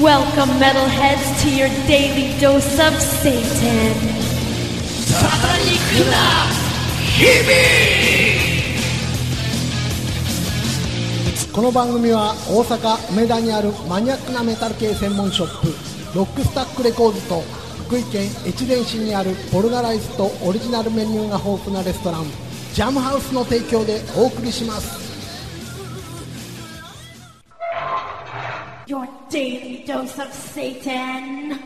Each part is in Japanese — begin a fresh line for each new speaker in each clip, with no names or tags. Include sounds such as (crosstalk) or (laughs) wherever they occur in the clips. Welcome, metalheads, to your daily dose of Satan.
この番組は大阪梅田にあるマニアックなメタル系専門ショップロックスタックレコーズと福井県越前市にあるボルガライスとオリジナルメニューが豊富なレストランジャムハウスの提供でお送りします
Your daily dose of Satan.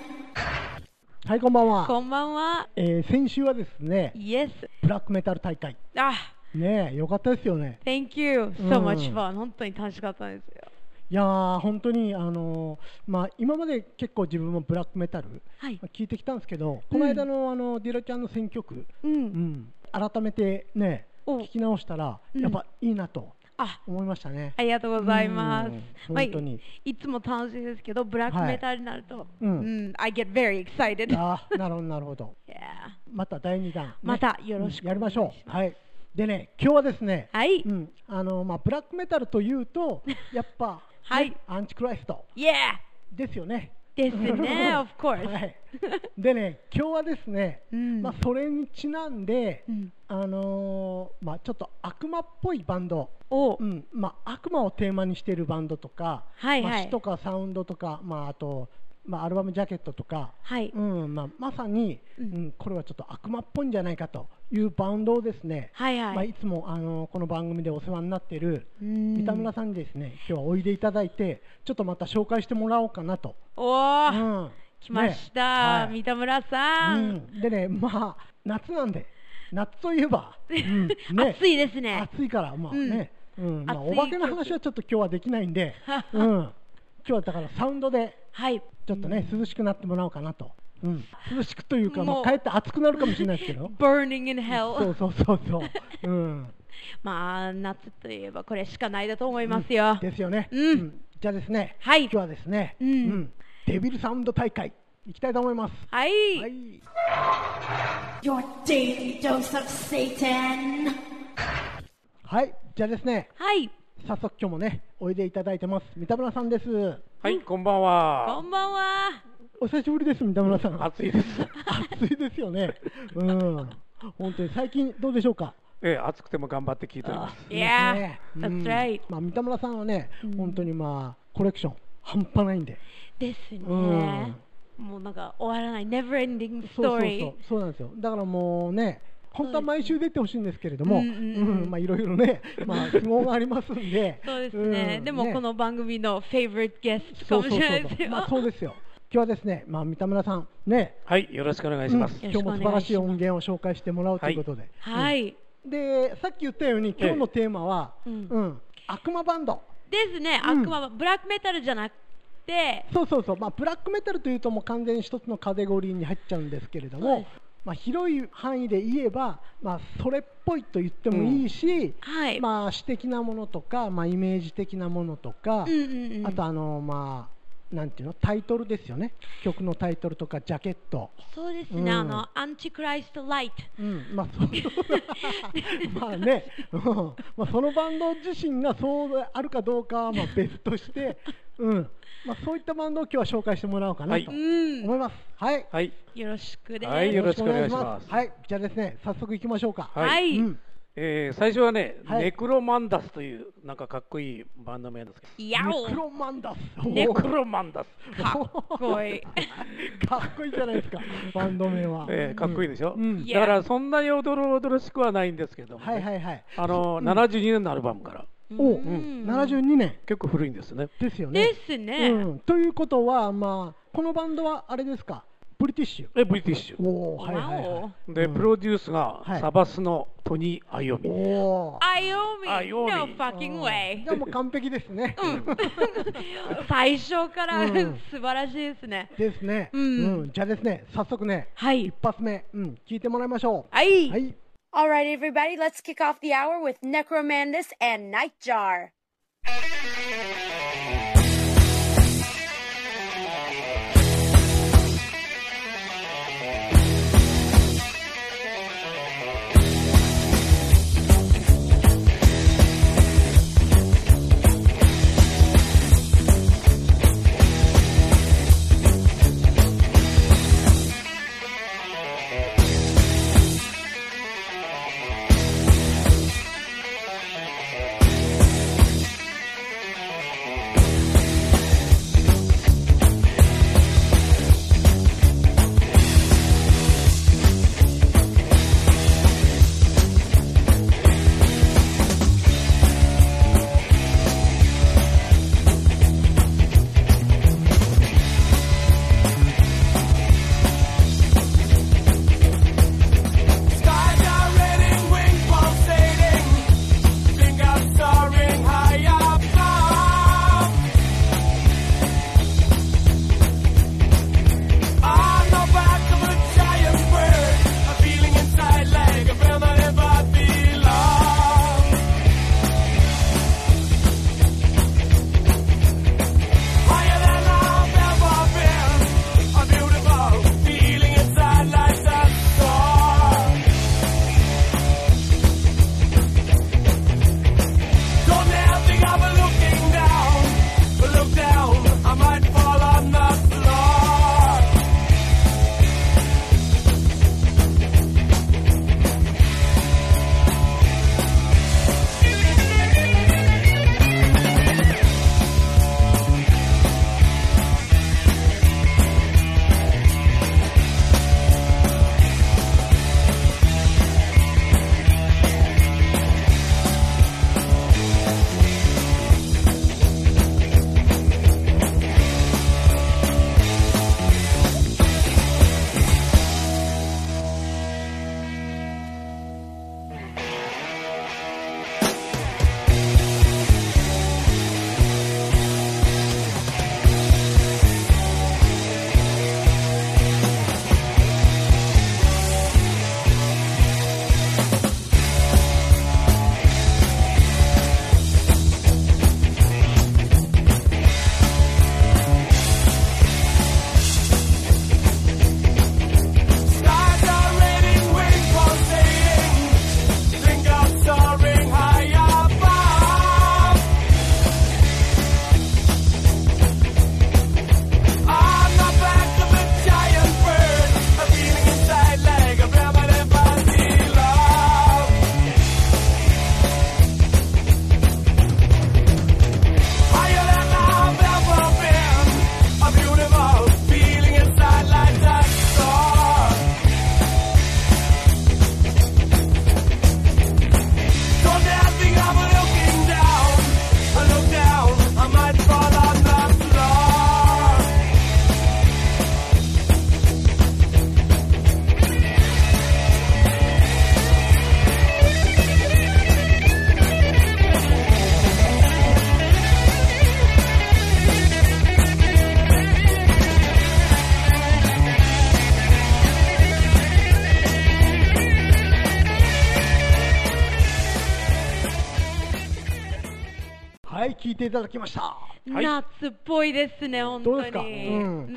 はいこんばんは、
こんばんは。
えー先週はですね
イエス。
ブラックメタル大会
あ、
ねえよかったですよね
Thank you so much fun。本当に楽しかったですよ。
いやー本当にあのーまあ今まで結構自分もブラックメタル
はい。
聞いてきたんですけど、この間のあのディラちゃんの選曲う
う。
んん、改めてね
お
聞き直したら
うん
やっぱいいなと
あ、
思いましたね。
ありがとうございます
う。ん
まあ
本当に
いつも楽しいですけど、ブラックメタルになると、
う
うんん、I get very excited。Yeah。
(laughs) あーなるほどなるほど。また第2弾、ね
またよろしく
うんやりましょう。はい。でね今日はですね、
はい
うんあのまあブラックメタルという
(laughs)
とやっぱ、
はい
ねアンチクライスト
Yeah。
ですよね。
ですね of
(laughs)
course
はい。でね今日はですね、
うん
まあそれにちなんで、
うん
あのーまあちょっと悪魔っぽいバンド。
お
う、んまあ、悪魔をテーマにしているバンドとか、
はいはい
まあ、詩とかサウンドとか、まあ、あと、まあ、アルバムジャケットとか、
はい
うんまあ、まさに、う
うんん
これはちょっと悪魔っぽいんじゃないかというバンドをですね、
はいはい
まあ、いつもあのこの番組でお世話になっている
うん
三田村さんにですね今日はおいでいただいてちょっとまた紹介してもらおうかなと。
お
う
ー、
ん
来まし
ね
た。
はい
三田村さ。
うんん、でね、まあ、夏なんで、夏といえ
(laughs)
ば、うんね
暑いですね
暑いから、まあね、うんまあ、
暑い
お化けの話はちょっと今日はできないんで、うん、今日はだからサウンドで、
はい。
ちょっとね、涼しくなってもらおうかなと、うん、涼しくというか、ま
も
あ、
う、
かえって暑くなるかもしれないですけど
Burning (laughs) in
そ
hell
う。そうそうそう、うん、
まあ、夏といえばこれしかないだと思いますよ。
ですよね、
うん
じゃあですね、
はい
今日はですね、
うん
デビルサウンド大会、いきたいと思います。
はい。
はい、
Your daily dose of Satan.
はい、じゃあですね、
はい。
早速今日もねおいでいただいてます三田村さんです
はい、こんばん
こ
は。
んばんは。
お久しぶりです三田村さん
暑いです。
暑いですよねうん本当に最近どうでしょうか
ええ、暑くても頑張って聞いております。
Yeah,
ねうん
that's right.
まあ三田村さんはね本当にまあコレクション半端ないんで
ですね
うん。
もうなんか終わらない、never ending
そうそう
story
そ。うそうなんですよだからもうね本当は毎週出てほしいんですけれども、う
うんうんうん
んまあいろいろね、まあ都合がありますんで、
(laughs) そうですね。
うん
でもこの番組の favorite guest かもしれないですよ。
まあそうですよ。今日はですね、まあ三田村さんね、
はい、よろしくお願いします。
うん今日も素晴らしい音源を紹介してもらおうということで、
はい。
でさっき言ったように今日のテーマは、
うん
うん悪魔バンド
ですね。
うん
悪魔はブラックメタルじゃなくて、
そうそうそう、まあ、ブラックメタルというともう完全に一つのカテゴリーに入っちゃうんですけれど
そう
も
です、
まあ、広い範囲で言えば、まあ、それっぽいと言ってもいいし、
はい。
まあ、詩的なものとか、まあ、イメージ的なものとか、
うんうんうん。
あとあのまあなんていうのタイトルですよね曲のタイトルとかジャケット、
そうです
うん
ね。あの、アンチクライストライト。
うん、
(laughs)
まあ (laughs) そうまあね、うんまあ、そのバンド自身がそうであるかどうかはまあ別として、うんまあ、そういったバンドを今日は紹介してもらおうかな
はい
と
う
うん。
思います。はい、
はい、
よろしくです。
はいよろしくお願いします
はい、じゃあですね、早速行きましょうか。
はい
はい
うん、
ええ、最初はね、
はい
ネクロマンダスというなんかかっこいいバンド名ですけど。
い
ネ
やお。
クロマンダス。
ネ
(laughs)
クロマンダス。
かっこいい。
かっこいいじゃないですか、バンド名は。
ええ、かっこいいでしょ
うん。
だから、そんなに驚々しくはないんですけども
はいは
ね。
いはい。
あの、72年のアルバムから、
お、
うん
七十二年
結構古いんですね。
ですよね。
ですね。
うん。ということは、まあこのバンドはあれですか、ブリティッシュ。
え、ブリティッシュ。
おお、はいはい、はい。
で、プロデュースが
はい
サバスのトニー・アイオミ。
おお。
I owe me.
I owe
No
me.
fucking
(laughs)
way.
じゃあもう完璧ですね。
最初から、
うん
素晴らしいですね。
ですね、
うん
じゃあですね、早速ね、
はい
一。発目、うん、聞いてもらいましょ
は
う。
い。
はい。
All right, everybody, let's kick off the hour with Necromandus and Nightjar.
はい、はい聞いていただきました
はい
夏っぽいですね、本
どう
当
です
に。
か、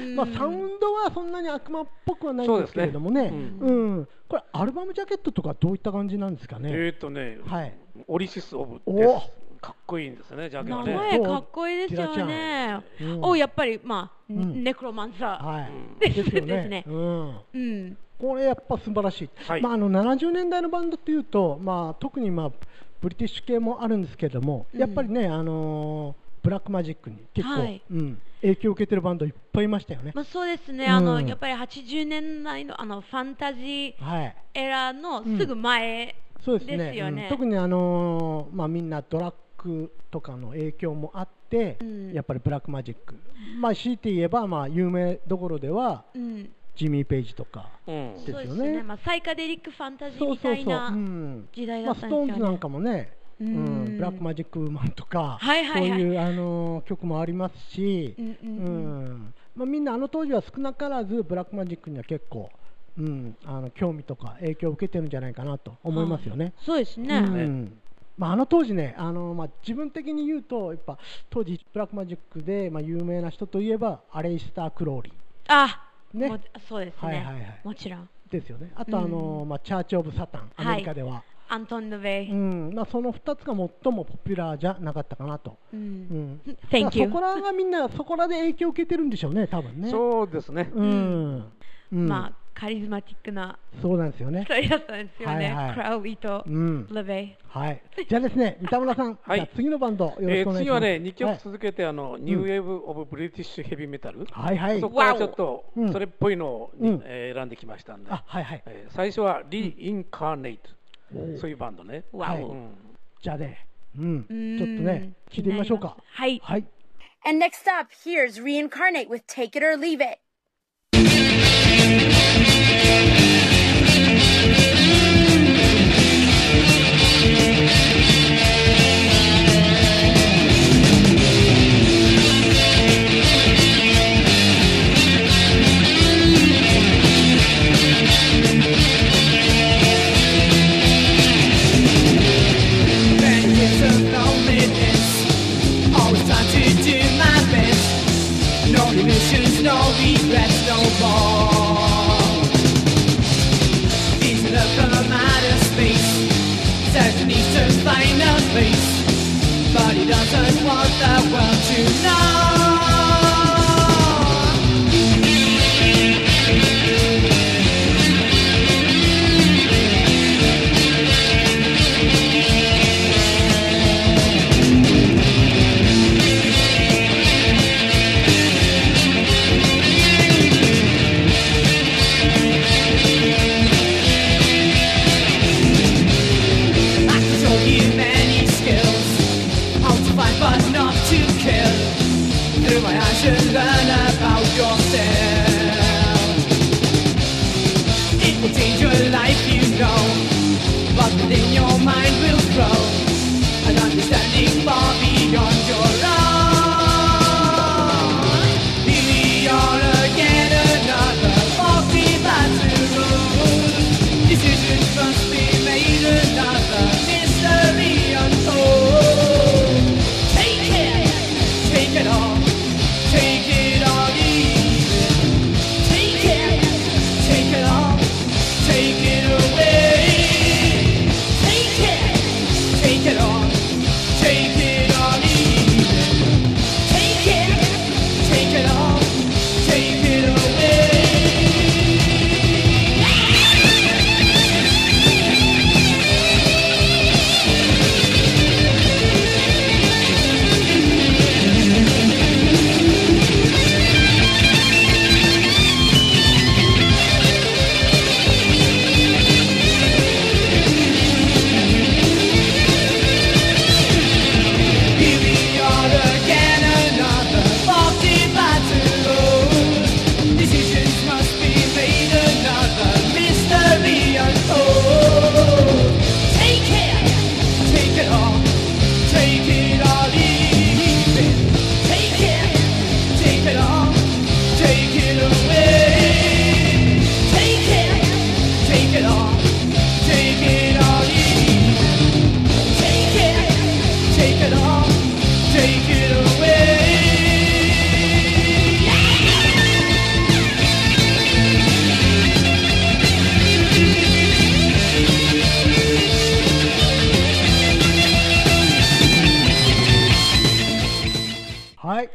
うんまあ、サウンドはそんなに悪魔っぽくはない
そ
ん
う
で
ですす
け
ね
れどもね
う
うんこれアルバムジャケットとかどういった感じなんですかね、
えーっとね、
はい
オリシス・オブで
お
す。かっこいいんですね、ジャケ
名
がね。
前かっこいいですよね
キラちゃん。うん
おやっぱり、まあ、
ん
ネクロマンサー。
はい
です
ですよね
ですね
うん、
うん、
これやっぱ素晴らしい、
はい
まあ、あの70年代のバンドっていうと、まあ、特に、まあ、ブリティッシュ系もあるんですけども、
うん
やっぱりね、あのーブラックマジックに結構、
はい
うん、影響を受けてるバンドいっぱいいましたよね。
まあ、そうですね、
うん
あのやっぱり80年代のあのファンタジー
はい
エラーのすぐ前
そうですね
ですよね
うん特に、あのーまあ、みんなドラッグとかの影響もあって、
うん
やっぱりブラックマジック、まあ、強いて言えば、まあ、有名どころでは
うん、
ジミー・ペイジとか
うん
です
そうで
よ
す
ね
ね、まあ、サイカデリックファンタジー
そう
み
そ
た
う
い
そう、う
なん時代だ
まあ、
っ
ス
た
ト
んですよ
ーンズな
ね。
んかもね、
う
うん
ん
ブラックマジックウーマンとか、
はいはいはい
そういう、あのー曲もありますし、
うんうんうん
うんまあ、みんなあの当時は少なからずブラックマジックには結構、うん、あの興味とか影響を受けてるんじゃないかなと思いますよね。
そうですね、
うんまあ、あの当時ね、あのまあ、自分的に言うとやっぱ当時ブラックマジックで、まあ、有名な人といえばアレイスター・クローリ
あ、
ね
もうそうですね、
はいはいはい
もちろん
ーですよねあと、あのまあ、チャーチ・オブ・サタンアメリカでは、
アントン・ヌベイ、
うんまあ、その2つが最もポピュラーじゃなかったかなと、
う
うんん
Thank you
だからそこらがみんなそこらで影響を受けてるんでしょうね多分ねう、
そうですね。
んうん
まあ、カリスマティックな
そうなんですよ
(laughs)
ね
2人だったんですよね、
はいはい
クラウイと
うん
レベイ、
はいじゃあですね三田村さん、
はい
じゃあ次のバンドよろし
え
くお願いしま
ー
す
次はね、2
は
曲
い
続けて、あの、ニューウェーブ・オブ・ブリティッシュ・ヘビー・メタル。
はいはい
そこからちょっと
うん、
それっぽいのを、
うん
えー選んできましたんで。
あはいはい
えー最初は、リ・インカーネイト。そういうバンドね。
わお、
は
うん
じゃあね、うん、
ん
ちょっとね、聞いてみましょうか。
はい
はい。
And next up, here's Reincarnate with Take It or Leave It.
Doesn't want the world to know. I can show you many skills. How to fight but not to kill. Through my
はい。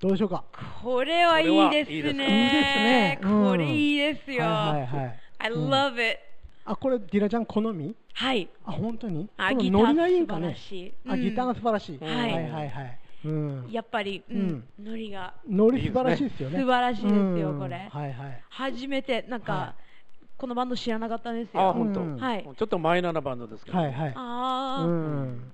どうでしょうか
これはいいで
これはいいで
すね。
すねうん
これいいですよ。
はいはいはい。
I love it.
あ、これディラちゃん好み
はい。
あ、本当に
あ
この
ギター
ノリがいいんかね
素晴らしい
あ、
うん
ギターが素晴らしい。
はい
はいはいはい。うん。
やっぱり、うん、ノリが
ノリ素晴らしいですよね。
素晴らしいですよ
うん
これ
はいはい。
初めてなんか、
は
このバンド知らなかったんですよ。
ああ、本当、
うん
はい
ちょっとマイナーなバンドですけど。
はいはい。
あ
う
ー、
ん。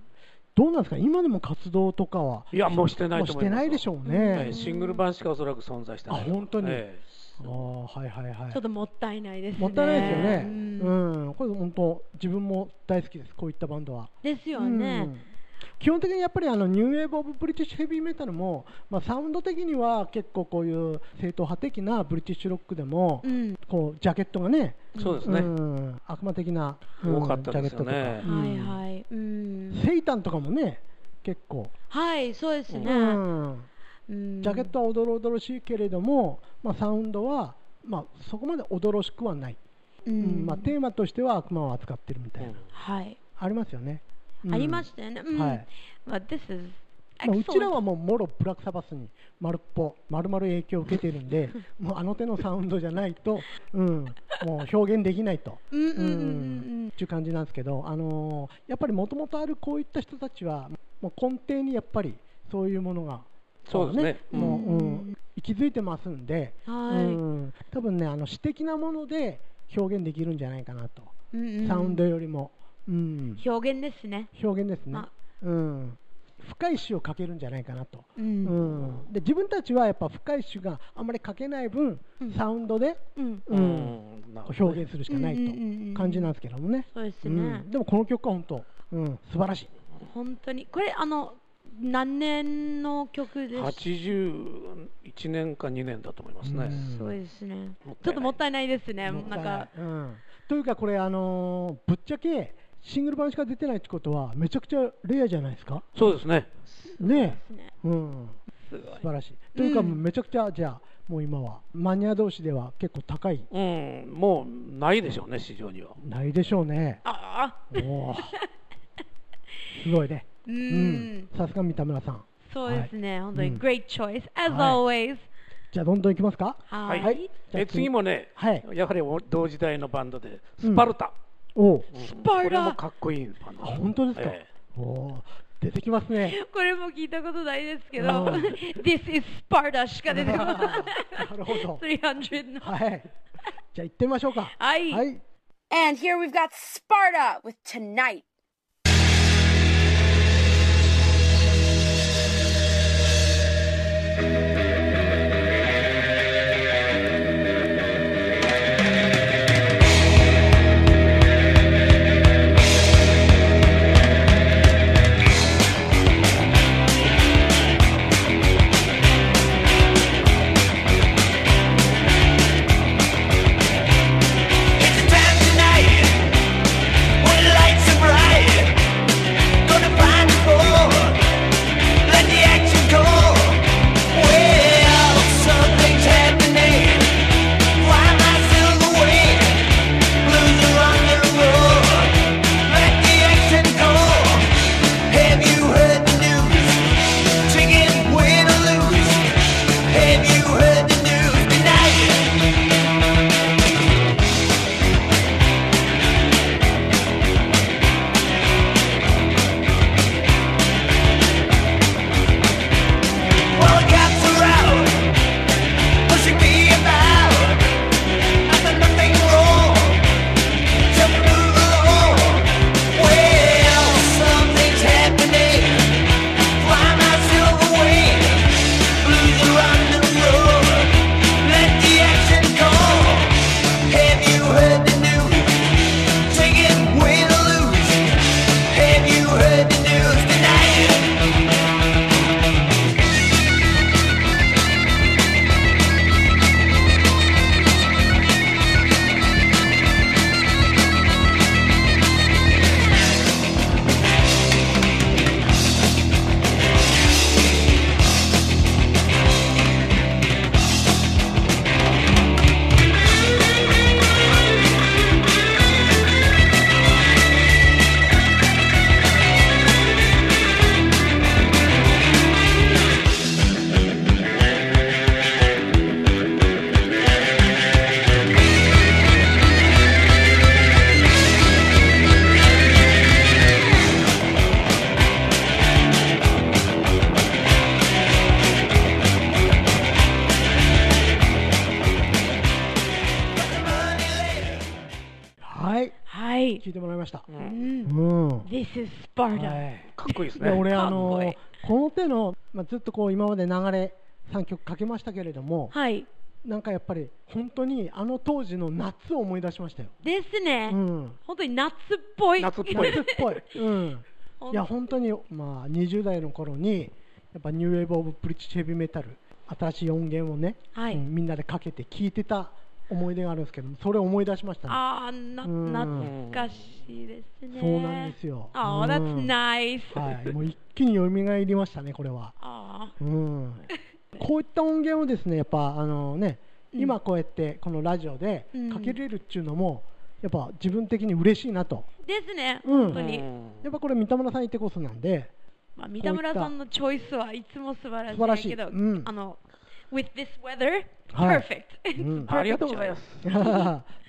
どうなんですか今でも活動とかはい
や、もうしてないと思い
もうして
ます。
ないでしょう
ええ
ね。
シングル版しかおそらく存在してない。
あ本当に
え
あーはいはいはい
ちょっ。ともったいないですね。
もったいないですよね。
うん
うん。これ本当自分も大好きです。こういったバンドは。
ですよ
う
ね
ん。基本的にやっぱりあのニューウェーブ・オブ・ブリティッシュ・ヘビー・メタルも、まあ、サウンド的には結構こういう正統派的なブリティッシュロックでも、
うん。
こうジャケットがね
えそうですね。
うん、悪魔的な、うん
多かったですよ
ジャ
ね
ケットとか
はい
い
はい。うん。
セイタンとかもね結構、
はい、そうですね。
うん
うん
ジャケットはおどろおどろしいけれども、まあ、サウンドは、まあ、そこまでおどろしくはない、
う
うん
ん
まあ、テーマとしては悪魔を扱ってるみたいな、
はい。
ありますよね、うん
ありましたよね。うん。
はい
まあ、this is
まあ、うちら
excellent
はもうもろブラックサバスに丸っぽ丸々影響を受けてるん
(laughs)
でもうあの手のサウンドじゃないと、うん、もう表現できないと。
うんうん
う
うんうん
んっていう感じなんですけど、あのーやっぱりもともとあるこういった人たちはもう根底にやっぱりそういうものが
そうですね。
もう、うん、息づいてますんで、
は
う
い
ん、多分ねあの詩的なもので表現できるんじゃないかなと、
うんうん
サウンドよりも、うん、
表現ですね。
表現ですね
あ、
うん、深い詩を書けるんじゃないかなと、
う。
うんん、で自分たちはやっぱ深い詩があんまり書けない分、サウンドで、
うん。
うん
うんなるほど
表現するしかないと
うんうんうんうん
感じなんですけどもね。
そうです
う
ね
ん、。でもこの曲は本当、うん、素晴らしい。
本当に。これ、あの、何年の曲です
81年か2年だと思いますね。
すごいですね
もったいない。
ちょっともったいないですね。
もった
ないんか、
いうん、というかこれ、あのーぶっちゃけシングル版しか出てないってことはめちゃくちゃレアじゃないですか
そうですね。
ねえ、
ね
うん、素晴らしいというか、めちゃくちゃじゃあもう今はマニア同士では結構高い
うん、もうないでしょうね、市場には。
ないでしょうね
ああ、
おーすごいね
う。
うんさすが三田村さん
そうですね。本当
うん
に great choice as
はい
always。
じゃあどんどんいきますか
は
はいい。
え次もね、
はい
やはりお同時代のバンドで、スパルタ。
おう
ス
パルタ
これもかっこいいバンド。
あ本当ですか、
え
おおー出てきます
(laughs)
ね
これも聞いたことないですけ
あ
ど、This (laughs) is Sparta しか出てこな
な
い。
るほど
300の。
はいじゃあ行ってみましょうか
はい
はい、
And here we've got Sparta with Tonight.
It's time tonight. When lights are bright.
した。
うん
うん。
This is Sparta
はいかっこいいです
で
ね。
俺
か
あ
っこい
の
い
この手の、まあ、ずっとこう今まで流れ3曲かけましたけれども
はい
なんかやっぱり本当にあの当時の夏を思い出しましたよ、
ですね、
うん、
本当に夏っぽい
夏っぽい
夏っぽい、
(laughs)
うん、いや本当に、まあ、20代の頃にやっぱニューウェーブ・オブ・ブリティッシュ・ヘビー・メタル新しい音源をね、
はい
うんみんなでかけて聴いてた思い出があるんですけどそれを思い出しましたね
ああな
うん
懐かしいですね
そうなんですよ
あ
う
あ
ん
that's nice
はい、もう一気によみがえりましたねこれは。
あ
うん、こういった音源をですねやっぱあのね今こうやってこのラジオで
うん
かけれるっていうのも、やっぱ自分的に嬉しいなと
ーですね
うん
本当に、
うん
やっぱこれ三田村さんいてこそなんで
まあ、三田村さんのチョイスはいつも素晴
素晴
ら
ら
し
し
い
い
けど、
うん
あの With this weather、
はい
perfect、 (laughs)
うん
ありがとうございます。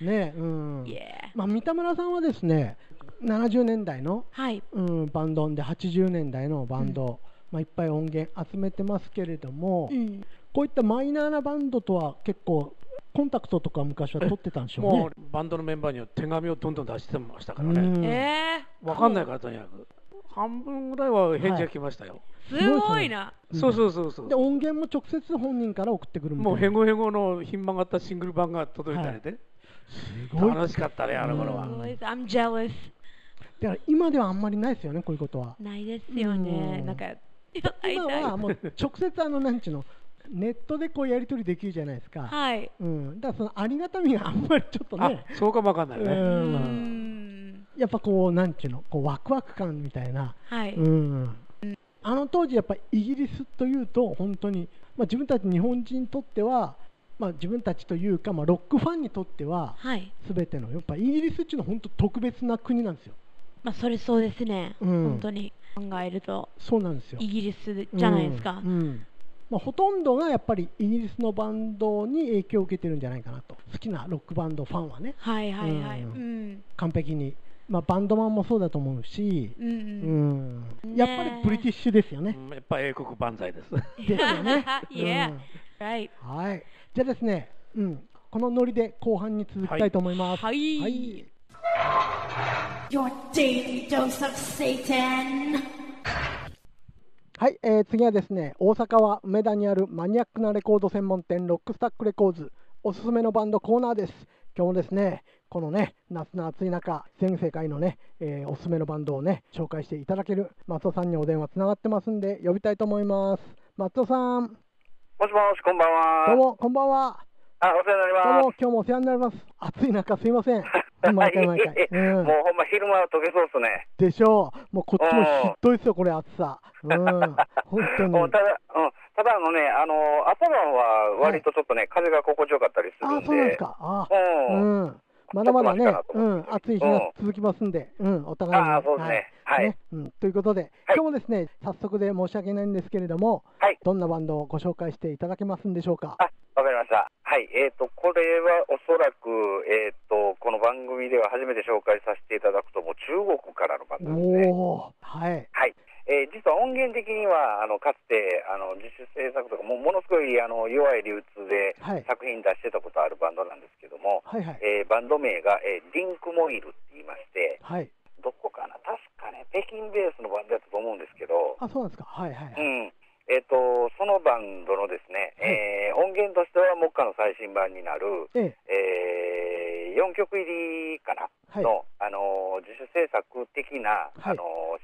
ねうん、
yeah
まあ、三田村さんはですね70年代の、
はい
うん、バンドで80年代のバンド、まあ、いっぱい音源集めてますけれども、
うん
こういったマイナーなバンドとは結構コンタクトとか昔は取ってたんでしょうね
も。うバンドのメンバーには手紙をどんどん出してましたから
う
ね。
ん
え
わかんないからとにかく。半分ぐらいは返事が来ましたよ。
ー、すごいな
そうそうそうそう
で。音源も直接本人から送ってくるみたい
もう
な
へごへごのひん曲がったシングル版が届いたりで、楽しかったねあの頃は、
すごいです I'm jealous
だから今ではあんまりないですよねこういうことは
ないですよね
うん
なんか会
(laughs)
い
今
たい
はもう直接あのなんちゅうのネットでこうやり取りできるじゃないですか、
はい
うん、だからそのありがたみがあんまりちょっと
あ
ね
そうかもわかんないね、
うん
うん
やっぱこうなんちゅうのこうワクワク感みたいな、
はい、
うん、あの当時やっぱイギリスというと本当に、まあ、自分たち日本人にとっては、まあ、自分たちというか、まあ、ロックファンにとっては
はい
全てのやっぱイギリスっていうのは本当特別な国なんですよ
まあそれそうですね、
うん
本当に考えると
そうなんですよ
イギリスじゃないですか、
うんうんまあ、ほとんどがやっぱりイギリスのバンドに影響を受けてるんじゃないかなと好きなロックバンドファンはね
はいはいはい、う、
うん完璧に、まあ、バンドマンもそうだと思うし、
うんう
うんん
ね。
やっぱりブリティッシュですよね。
うんやっぱ英国万歳です
ですよね
Yeah. (laughs)
(laughs)
right
うんはい、じゃあですね、うん、このノリで後半に続きたいと思います。
はい、
はい、
Your daily dose of Satan.
はいえー次はですね大阪は梅田にあるマニアックなレコード専門店ロックスタックレコーズおすすめのバンドコーナーです今日もですねこのね夏の暑い中全世界のね、えーおすすめのバンドをね紹介していただける松尾さんにお電話つながってますんで呼びたいと思います松尾さん
もしもし、こんばん
どう
は。
もこんばんは
あ、お世話に
どう
なり
も今日もお世話になります暑い中すいま
(laughs)
せん毎回毎回、う
ます。
ん
もうほんま昼間は溶けそうっすね。
でしょうもうこっちもひどいですよこれ暑さうん本当に
もうただ、うん、ただあのね、あの、朝晩は割とちょっとね、風が心地よかったりする
あ
んで。
そうなんですかあ
うん
うん、まだまだね
ちょっと
う
待って、かなと思
ん、暑い日が続きますんで、うん、お互いに。
あーそうですねはい
うん。ということで、今日もですね、早速で申し訳ないんですけれども、
はい
どんなバンドをご紹介していただけますんでしょうか。
あ、わかりました。はい、えっ、と、これはおそらく、えっ、と、この番組では初めて紹介させていただくと、もう中国からのバンドです
お
ね。
お、はい。
はい。えー実は音源的にはあのかつてあの自主制作とかもものすごいあの弱い流通で
はい
作品出してたことあるバンドなんですけども、
はいはい。
えーバンド名が、えーリンクモイルって言いまして、
はい。
どこかな、確かね、北京ベースのバンドやったと思うんですけど、
あ、そうなんですか。はいはいうはい。
んえー、とそのバンドのですね、えー音源としては、目下の最新版になる、
ええ、
え4曲入りかな、
はい。
の、あのー自主制作的な、
はい
あのー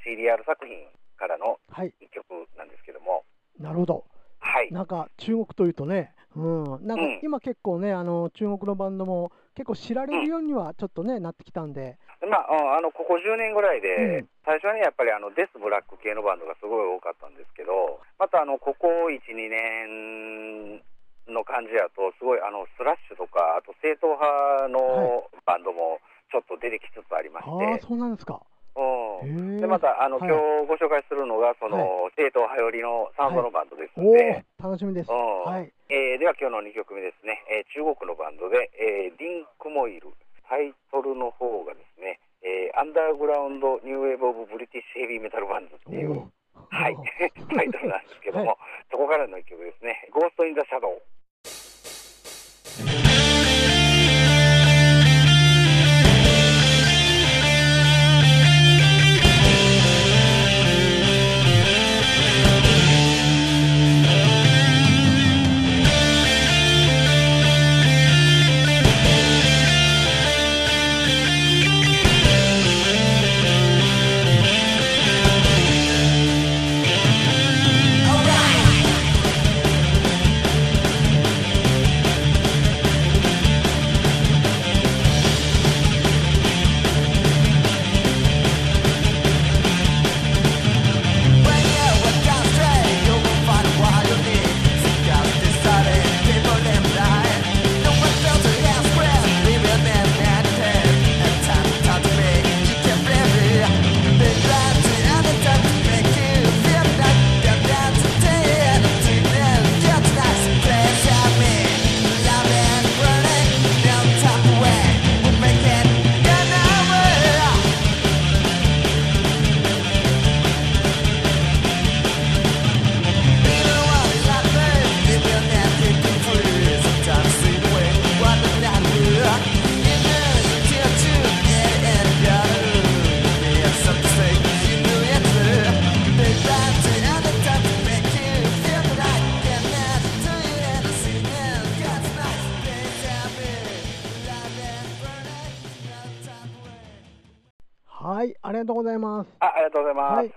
CDR 作品からの
はい。
1曲なんですけども、
なるほど。
はい、
なんか中国というとね、うん、なんか
うん
今結構ね、あの中国のバンドも結構知られるようにはちょっとね、なってきたんで、
まあ、あのここ10年ぐらいで、
うん
最初はね、やっぱりあのデス・ブラック系のバンドがすごい多かったんですけど、またあのここ1、2年の感じやと、すごいあのスラッシュとか、あと正統派のバンドもちょっと出てきつつありまし
ああ、
て、
そうなんですか。
う
へ
ん、
え
でまたあの、
はい
今日ご紹介するのが、その正統派寄りのサウンドのバンドです
おお
ので。、
楽しみです。
うん
はい。
えーでは今日の2曲目ですね、えー中国のバンドで、えーリンクモイルタイトルの方がですね、えーアンダーグラウンドニューウェーブ・オブ・ブリティッシュ・ヘビー・メタル・バンズっていう、
おー (laughs)
はい、タイトルなんですけども、そこからの1曲ですね「ゴースト・イン・ザ・シャドウ」
「
りがとうございます。
あありがとうございます。
はい、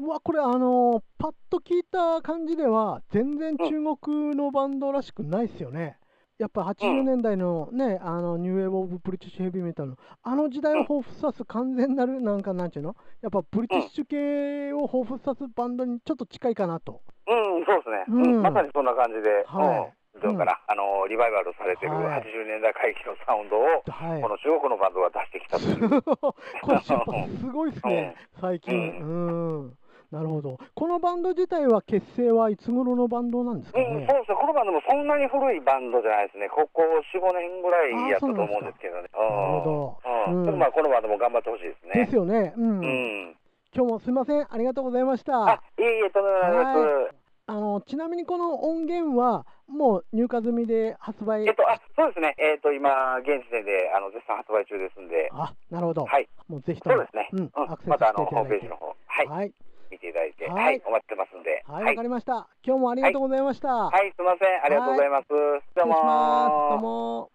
うわこれあのーパッと聞いた感じでは全然中国のバンドらしくないですよね。やっぱ80年代のね、あのニューウェーブ・オブ・ブリティッシュ・ヘビー・メタルのあの時代を彷彿さす完全なるなんかなんちゅうのやっぱブリティッシュ系を彷彿さすバンドにちょっと近いかなと。
うん、そうですね、
うん
うんまさにそんな感じで、
はい
うん、どうかな、あのリバイバルされてる
はい
80年代回帰のサウンドを、
はい
この中国のバンドが出してきたとい
(laughs)
う、
これやっぱすごいですね、最近。
(laughs) う
うんなるほど。このバンド自体は結成はいつ頃のバンドなんですか
う
ね
ん、。そうですね、このバンドもそんなに古いバンドじゃないですね、ここ4、5年ぐらいやったと思うんですけど
なんで
ね、な
すかなるほどうん
うん、ちょっとまあこのバンドも頑張ってほしいですね。
ですよね。うん。
うん、
今日もすいません、ありがとうございました。
あいえいえ、とんでもないです。
あのちなみにこの音源はもう入荷済みで発売
えっと、あそうですね、えっと、今、現時点であの絶賛発売中ですんで、
あなるほど、
はい、
もうぜひと
そう
も
ですね、
うん、アクセス
またあ
して
の
いただ
ホームペ
い
ー
て
ジの方、はい、
はい
見ていただいて、
は
はいい、お待ちしてますんで、
はいわかりました今日もありがとうございました、
はい、すみません。ありがとうございます。どう
失礼
も
しますど
ー
う。も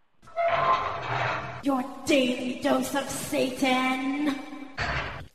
Your daily dose of Satan.